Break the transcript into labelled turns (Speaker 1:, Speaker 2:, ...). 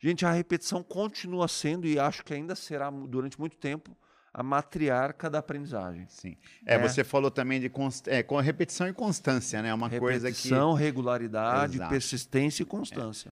Speaker 1: Gente, a repetição continua sendo e acho que ainda será durante muito tempo a matriarca da aprendizagem.
Speaker 2: Sim. É, você falou também de const... é, com repetição e constância, né? Uma coisa que
Speaker 1: Repetição, regularidade,
Speaker 2: Exato.
Speaker 1: persistência e constância.